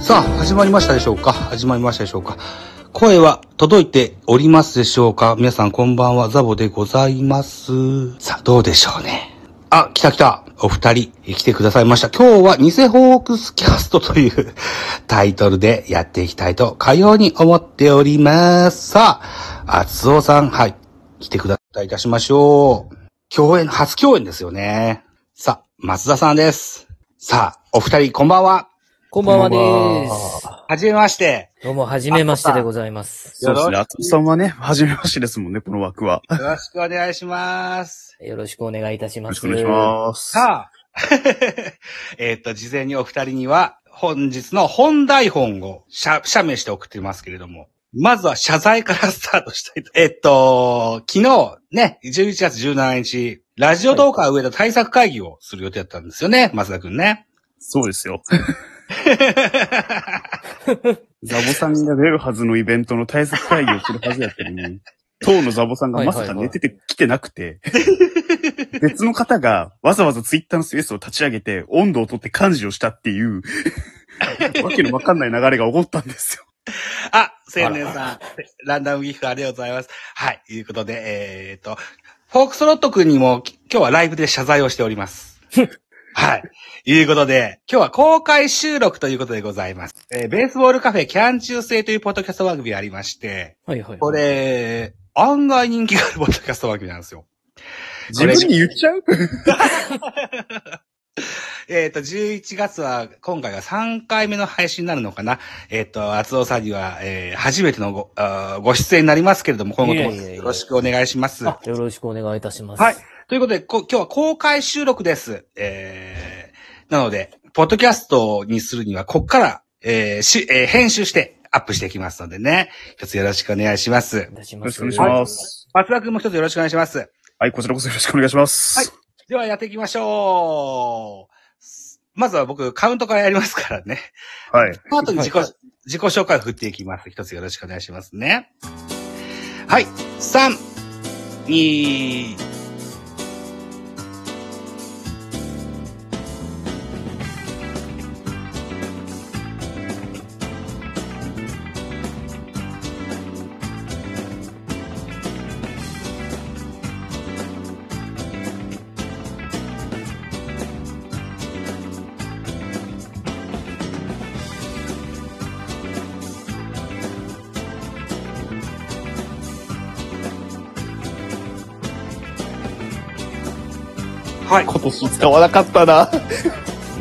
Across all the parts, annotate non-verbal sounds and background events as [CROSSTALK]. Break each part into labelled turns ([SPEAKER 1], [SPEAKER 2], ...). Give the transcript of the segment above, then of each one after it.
[SPEAKER 1] さあ、始まりましたでしょうか始まりましたでしょうか声は届いておりますでしょうか皆さんこんばんは、ザボでございます。さあ、どうでしょうね。あ、来た来た。お二人、来てくださいました。今日は、ニセホークスキャストという [LAUGHS] タイトルでやっていきたいと、かように思っております。さあ、厚尾さん、はい、来てくださいいたしましょう。共演、初共演ですよね。さあ、松田さんです。さあ、お二人、こんばんは。
[SPEAKER 2] こんばんはで
[SPEAKER 3] こんばん
[SPEAKER 2] す。
[SPEAKER 1] はじめまして。
[SPEAKER 2] どうも、はじめましてでございます。
[SPEAKER 3] そうですね。厚さんはね、初めましてですもんね、この枠は。よ
[SPEAKER 1] よろしくお願いします。
[SPEAKER 2] よろしくお願いいたしま
[SPEAKER 3] ろ
[SPEAKER 2] す。
[SPEAKER 3] しくお願いします。
[SPEAKER 1] さあ、 [LAUGHS] えっと、事前にお二人には、本日の本台本を写写メして送ってますけれども、まずは謝罪からスタートしたいと。えっと、昨日ね、11月17日、ラジオ動画上田対策会議をする予定だったんですよね、松田くんね。
[SPEAKER 3] そうですよ。 [LAUGHS] ザボさんが出るはずのイベントの対策会議をするはずやったの [LAUGHS] に、当のザボさんがまさか寝てて来てなくて、別の方がわざわざツイッターのスペースを立ち上げて、温度を取って幹事をしたって [LAUGHS] いう、わけのわかんない流れが起こったんですよ。
[SPEAKER 1] あ、青年さん、ランダムギフトありがとうございます。はい、ということで、えっと、フォークスロット君にもき今日はライブで謝罪をしております。はい。いうことで、今日は公開収録ということでございます。えーベースボールカフェキャン中制というポッドキャスト番組がありまして、
[SPEAKER 2] はいはい。
[SPEAKER 1] これ、案外人気があるポッドキャスト番組なんですよ。
[SPEAKER 3] 自分に言っちゃう
[SPEAKER 1] えっ、と、11月は、今回が3回目の配信になるのかな。えっ、と、厚尾さんには、えー初めてのご、あーご出演になりますけれども、今後とも
[SPEAKER 2] いえいえいえ
[SPEAKER 1] よろしくお願いします。
[SPEAKER 2] あよろしくお願いいたします。
[SPEAKER 1] はい。ということで、こ今日は公開収録です。えー、なので、ポッドキャストにするには、こっから、えー、し、えー編集して、アップしていきますのでね。一つよろしくお願いします
[SPEAKER 2] い。たし
[SPEAKER 3] よ
[SPEAKER 2] ま
[SPEAKER 3] ろしく
[SPEAKER 2] す。
[SPEAKER 3] お願いします。
[SPEAKER 1] 松田君も一つよろしくお願いします。
[SPEAKER 3] はい、こちらこそよろしくお願いします。
[SPEAKER 1] はいではやっていきましょう。まずは僕、カウントからやりますからね。
[SPEAKER 3] はい。
[SPEAKER 1] パートに自己、
[SPEAKER 2] はい
[SPEAKER 1] 自己紹介を振っていきます。一つよろしくお願いしますね。はい。三、二、はい。
[SPEAKER 3] 今年使わなかったな。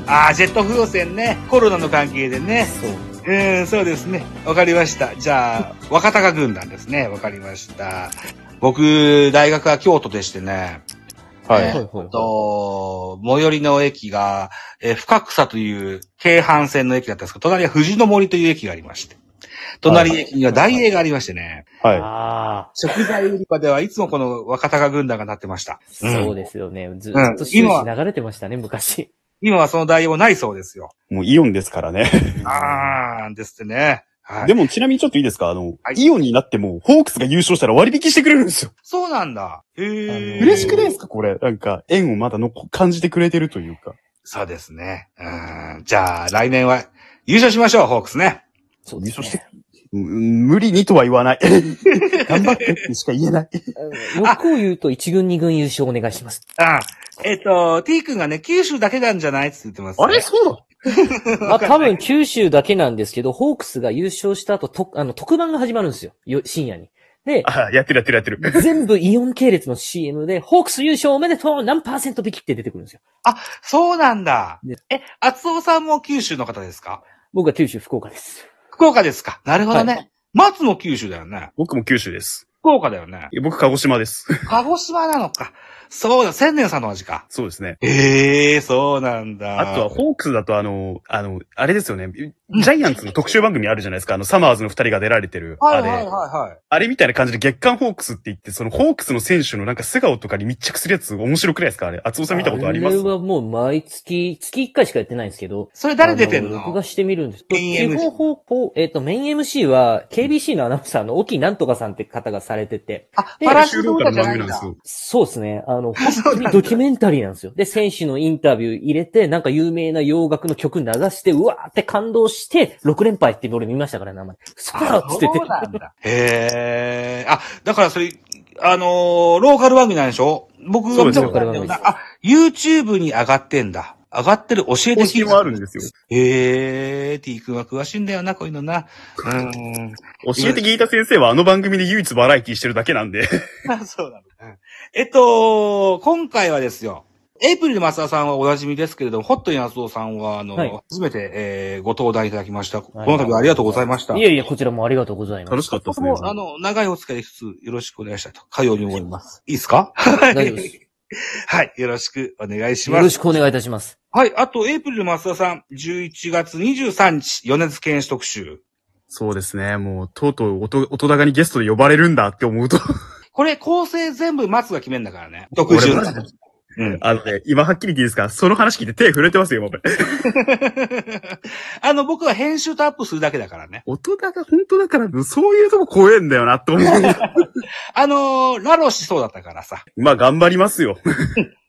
[SPEAKER 1] ああ、ジェット風船ね。コロナの関係でね。
[SPEAKER 2] そう。
[SPEAKER 1] うん、そうですね。わかりました。じゃあ、若鷹軍団ですね。わかりました。僕、大学は京都でしてね。
[SPEAKER 3] は
[SPEAKER 1] え
[SPEAKER 3] い。
[SPEAKER 1] ーっと、最寄りの駅が、えー深草という京阪線の駅だったんですけど、隣は藤の森という駅がありまして。隣駅には大英がありましてね。
[SPEAKER 3] は
[SPEAKER 2] ああ、
[SPEAKER 1] 食材売り場ではいつもこの若鷹軍団が立ってました。
[SPEAKER 2] そうですよね。ずずっと終始流れてましたね、昔。
[SPEAKER 1] 今はその大英もないそうですよ。
[SPEAKER 3] い。もうイオンですからね。
[SPEAKER 1] あーんですってね。はい。
[SPEAKER 3] [LAUGHS] でもちなみにちょっといいですかあの、
[SPEAKER 1] はい
[SPEAKER 3] イオンになっても、ホークスが優勝したら割引してくれるんですよ。
[SPEAKER 1] そうなんだ。へ
[SPEAKER 2] あ
[SPEAKER 1] ー
[SPEAKER 2] の
[SPEAKER 3] 嬉しくないですかこれ。なんか、縁をまだのこ感じてくれてるというか。
[SPEAKER 1] そうですね。うん。じゃあ、来年は優勝しましょう、ホークスね。
[SPEAKER 2] そう
[SPEAKER 3] 優
[SPEAKER 2] です
[SPEAKER 3] 勝して
[SPEAKER 2] ね。、
[SPEAKER 3] うん無理にとは言わない。 [LAUGHS] 頑張ってってしか言えない。
[SPEAKER 2] うん欲を言うと、一軍二軍優勝お願いします。
[SPEAKER 1] あ、えっ、と、T 君がね、九州だけなんじゃないって言ってます、ね。
[SPEAKER 3] そうだ
[SPEAKER 2] まあ、多分九州だけなんですけど、ホークスが優勝した後、と、あの、特番が始まるんですよ。よ深夜に。で、
[SPEAKER 3] あ、やってるやってるやってる。
[SPEAKER 2] 全部イオン系列の CM で、ホークス優勝おめでとう何パーセント引きって出てくるんですよ。
[SPEAKER 1] そうなんだ
[SPEAKER 2] ね。
[SPEAKER 1] え、厚尾さんも九州の方ですか
[SPEAKER 2] 僕は九州福岡です。
[SPEAKER 1] 福岡ですかなるほどね。
[SPEAKER 2] は
[SPEAKER 1] 松も九州だよね。
[SPEAKER 3] 僕も九州です。
[SPEAKER 1] 福岡だよね。
[SPEAKER 3] 僕、鹿児島です。 [LAUGHS]
[SPEAKER 1] 鹿児島なのか。そうだ、千年さんの味か。
[SPEAKER 3] そうですね。
[SPEAKER 1] ええー、そうなんだ。
[SPEAKER 3] あとは、ホークスだとあの、あの、あれですよね。ジャイアンツの特集番組あるじゃないですか。あの、サマーズの二人が出られてる。
[SPEAKER 1] はい
[SPEAKER 3] あ
[SPEAKER 1] はいはい
[SPEAKER 3] れ。
[SPEAKER 1] はい。
[SPEAKER 3] あれみたいな感じで月刊ホークスって言って、そのホークスの選手のなんか素顔とかに密着するやつ面白くないですかあれ。厚尾さん見たことあります
[SPEAKER 2] れはもう毎月、月1回しかやってないんですけど。
[SPEAKER 1] それ誰出てんの
[SPEAKER 2] あ録画してみるんです。
[SPEAKER 1] メイン MC
[SPEAKER 2] 基本方向、えっ、と、メイン MC は KBC のアナウンサーの沖なんとかさんって方がされてて。
[SPEAKER 1] あ、
[SPEAKER 2] で
[SPEAKER 1] パラシュ
[SPEAKER 3] 収
[SPEAKER 1] ート
[SPEAKER 3] 録
[SPEAKER 1] 歌
[SPEAKER 3] の
[SPEAKER 1] じゃな
[SPEAKER 3] 番
[SPEAKER 1] い
[SPEAKER 3] 組なんん
[SPEAKER 1] だ
[SPEAKER 3] です。よ。
[SPEAKER 2] そうですね。あ
[SPEAKER 1] [LAUGHS]
[SPEAKER 2] あの、本当にドキュメンタリーなんですよ。で、選手のインタビュー入れて、なんか有名な洋楽の曲流して、うわーって感動して、6連敗って俺見ましたから、名前。そこからっつってて
[SPEAKER 1] そう。なんだ。へえ。あ、だからそれ、あのーローカル番組なんでしょ僕が見たことないんだ
[SPEAKER 2] そう
[SPEAKER 1] よ
[SPEAKER 2] です
[SPEAKER 1] な。あ、YouTube に上がってんだ。上がってる教えて
[SPEAKER 3] 更新もあるんですよ。
[SPEAKER 1] へえー、T 君は詳しいんだよな、こういうのな。うーん。
[SPEAKER 3] 教えて聞いた先生はあの番組で唯一バラエティしてるだけなんで。 [LAUGHS]
[SPEAKER 1] あ [LAUGHS] そうなの。うんえっと、今回はですよ。エイプリル松田さんはおなじみですけれども、ホットヤスオさんは、あの、
[SPEAKER 2] はい
[SPEAKER 1] 初めて、えーご登壇いただきました。この度はありがとうございました。
[SPEAKER 2] いやいや、こちらもありがとうございます。
[SPEAKER 3] しかった
[SPEAKER 1] 僕も、あの、長いお付き合い一つよろしくお願いしたいと、かように思います。いいですか
[SPEAKER 2] 大丈夫です。
[SPEAKER 1] はい。よろしくお願いし
[SPEAKER 2] よ
[SPEAKER 1] ま
[SPEAKER 2] ろ
[SPEAKER 1] す。
[SPEAKER 2] しくお願いいたします。
[SPEAKER 1] はい。あと、エイプリル松田さん、11月23日、米津玄師特集。
[SPEAKER 3] そうですね。もう、とうとう音、音高にゲストで呼ばれるんだって思うと。
[SPEAKER 1] これ、構成全部松が決めんだからね。特
[SPEAKER 3] 俺
[SPEAKER 1] 集。
[SPEAKER 3] マジで
[SPEAKER 1] うん。 [LAUGHS]
[SPEAKER 3] あのね、今はっきり言っていいですかその話聞いて手震えてますよ、今。
[SPEAKER 1] あの、僕は編集とアップするだけだからね。
[SPEAKER 3] 音高、本当だから、そういうとこ怖えんだよな、と思う。
[SPEAKER 1] あのーラロしそうだったからさ。
[SPEAKER 3] [LAUGHS] まあ、頑張りますよ。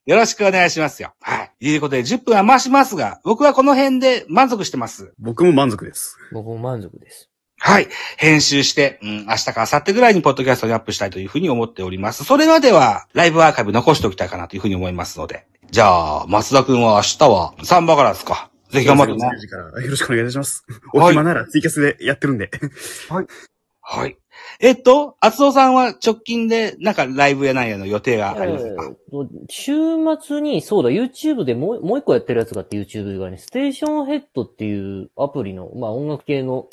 [SPEAKER 1] よろしくお願いしますよ。はい。ということで、10分は余しますが、僕はこの辺で満足してます。
[SPEAKER 3] 僕も満足です。
[SPEAKER 2] 僕も満足です。
[SPEAKER 1] はい。編集して、うん、明日か明後日ぐらいにポッドキャストにアップしたいというふうに思っております。それまでは、ライブアーカイブ残しておきたいかなというふうに思いますので。じゃあ、松田くんは明日はサンバガラですかぜひ頑張ってね
[SPEAKER 3] 10。時からよろしくお願いいたします。
[SPEAKER 1] はい
[SPEAKER 3] お暇ならツイキャスでやってるんで。
[SPEAKER 1] はい。えっと、厚尾さんは直近で、なんかライブやなんやの予定がありますか、
[SPEAKER 2] えー週末に、そうだ、YouTube でもうもう一個やってるやつがあって YouTube がね、ステーションヘッドっていうアプリの、まあ音楽系の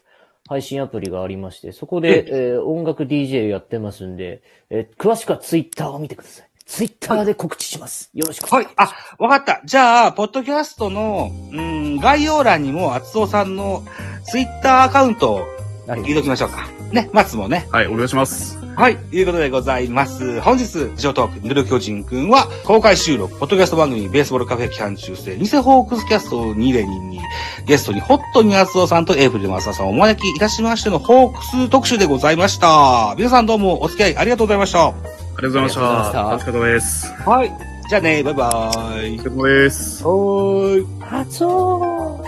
[SPEAKER 2] 配信アプリがありまして、そこで、えー音楽 DJ やってますんで、えー詳しくは Twitter を見てください。Twitter で告知します。よろしく。
[SPEAKER 1] はい。あ、わかった。じゃあ、ポッドキャストの、うん、概要欄にも、厚尾さんのツイッターアカウントを
[SPEAKER 2] ありがとうございます
[SPEAKER 1] 入れときましょうか。ね、松もね。
[SPEAKER 3] はい、お願いします。はい。
[SPEAKER 1] はい、ということでございます。本日、ジョトーク、ぬる巨人くんは、公開収録、ポッドキャスト番組、ベースボールカフェ期間中制、ニセホークスキャスト2 0 2に、ゲストにホットにあつおさんとエイプリルマサさんをお招きいたしましてのホークス特集でございました。皆さんどうもお付き合いありがとうございました。
[SPEAKER 3] ありがとうございました。
[SPEAKER 2] あ
[SPEAKER 3] お
[SPEAKER 2] りが
[SPEAKER 3] 疲れ様です。
[SPEAKER 1] はい。じゃあね、バイバーイ。
[SPEAKER 3] お疲れ様です。
[SPEAKER 1] はーい。
[SPEAKER 2] 発音